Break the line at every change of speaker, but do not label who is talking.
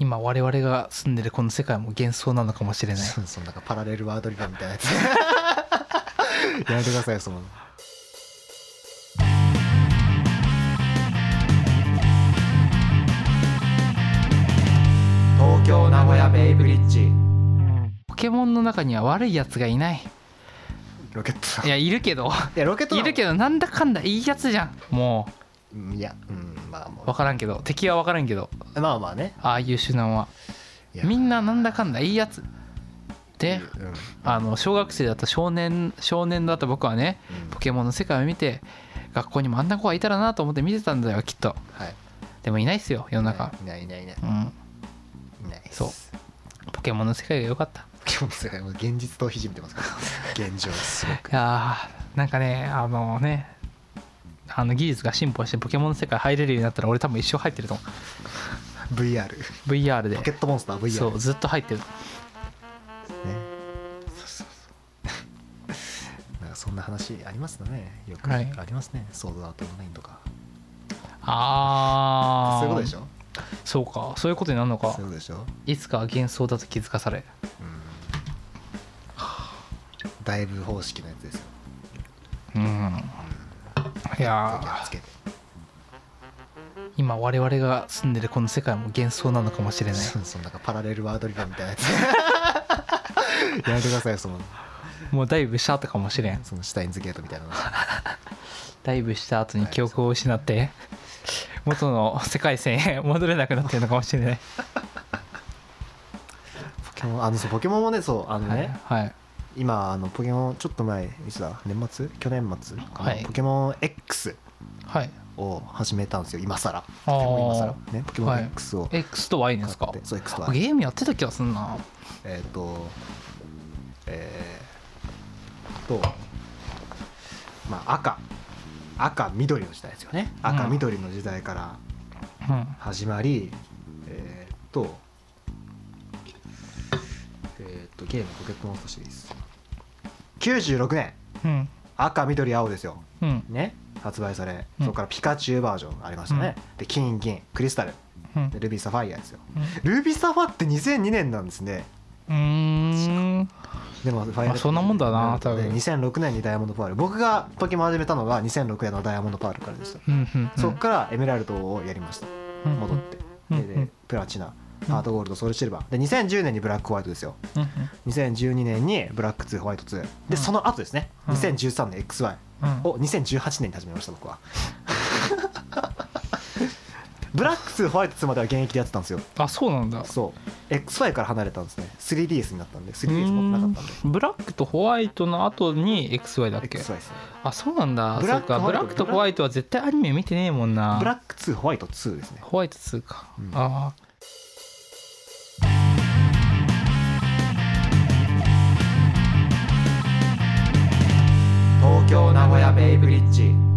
今我々が住んでるこの世界も幻想なのかもしれない
そうそうなんかパラレルワードリバーみたいな やつやめてくださいその東京名古屋ベイブリッジ
ポケモンの中には悪いやつがいない
ロケット
い
い
やいるけど
やロケット
いるけ
ど
どなんだかんだいいやつじゃんも
いやうんまあも
う分からんけど敵は分からんけど
うまあまあね
ああいう手段はい
や
みんななんだかんだいいやつで
うん
あの小学生だった少年少年だった僕はね
うん
ポケモンの世界を見て学校にもあんな子がいたらなと思って見てたんだよきっと
はい
でもいないっすよ世の中、
いないいないいない
うん
いない
そうポケモンの世界が良かった
今日も世界も現実逃避じみてま すから現状すご
いやーなんかねあのねあの技術が進歩してポケモンの世界入れるようになったら俺多分一生入ってると思
く VR
う VR で
ポケットモンスター VR
そうずっと入ってる
ねそうそうそうなんかそんな話ありますねよく、
はい
ありますねソードアートオンラインとか
ああ
そういうことでしょ
そうかそういうことになるのか
そういうことでしょ
いつかは幻想だと気づかされ
だいぶ方式のやつですよ
うんいや
やっつ
ー
けて
今我々が住んでるこの世界も幻想なのかもしれない
そうそうなんかパラレルワードリバーみたいなやつ やめてくださいよその
もうダイブした後かもしれん
そのシュタインズゲートみたいなの
ダイブした後に記憶を失 って元の世界線へ戻れなくなってるのかもしれない
ポケモンあのそうポケモンもねそうあのね、
はい、はい
今あのポケモンちょっと前いつだ年末去年末かな
はい
ポケモン X
はい。
を始めたんですよ今更
あー
今更ねポケモ
は
ン
い
X を
X と Y ですか。
そう X と
あゲームやってた気がすんな。
えっとえーとまあ赤赤緑の時代ですよね赤
うん
緑の時代から
うん。
始まりえっとえっとゲームポケットモンスターシリーズ96年
うん。
赤緑青ですよ
うん。
ね発売され、
うん
そこからピカチュウバージョンがありましたね、で金銀クリスタル
うん
でルビーサファイアですよ
うん
ルビーサファって2002年なんですね
うーん。
でもファイア
まあそんなもんだな
で
多分
2006年にダイヤモンドパール僕がポケモン始めたのが2006年のダイヤモンドパールからでした、
うん。うん。
そっからエメラルドをやりました
うん
戻って、
うん
で
う
で
ん
プラチナ
うん
ハートゴールドソウルシルバーで2010年にブラックホワイトですよ
うん。
2012年にブラック2ホワイト2
うん
でその後ですね
うん
2013年 XY
うん。
を2018年に始めました 僕はブラック2ホワイト2までは現役でやってたんですよ
あ、そうなんだ。
そう XY から離れたんですね 3DS になったんで 3DS 持ってなかったんで
うーんブラックとホワイトの後に XY だっけ
XY ですね
あそうなんだ
ブ
そ
ラ
う
ック
かブラックとホワイトは絶対アニメ見てねえもんな
ブラック2ホワイト2ですね
ホワイト2か、
うん
あ
東京名古屋ベイブリッジ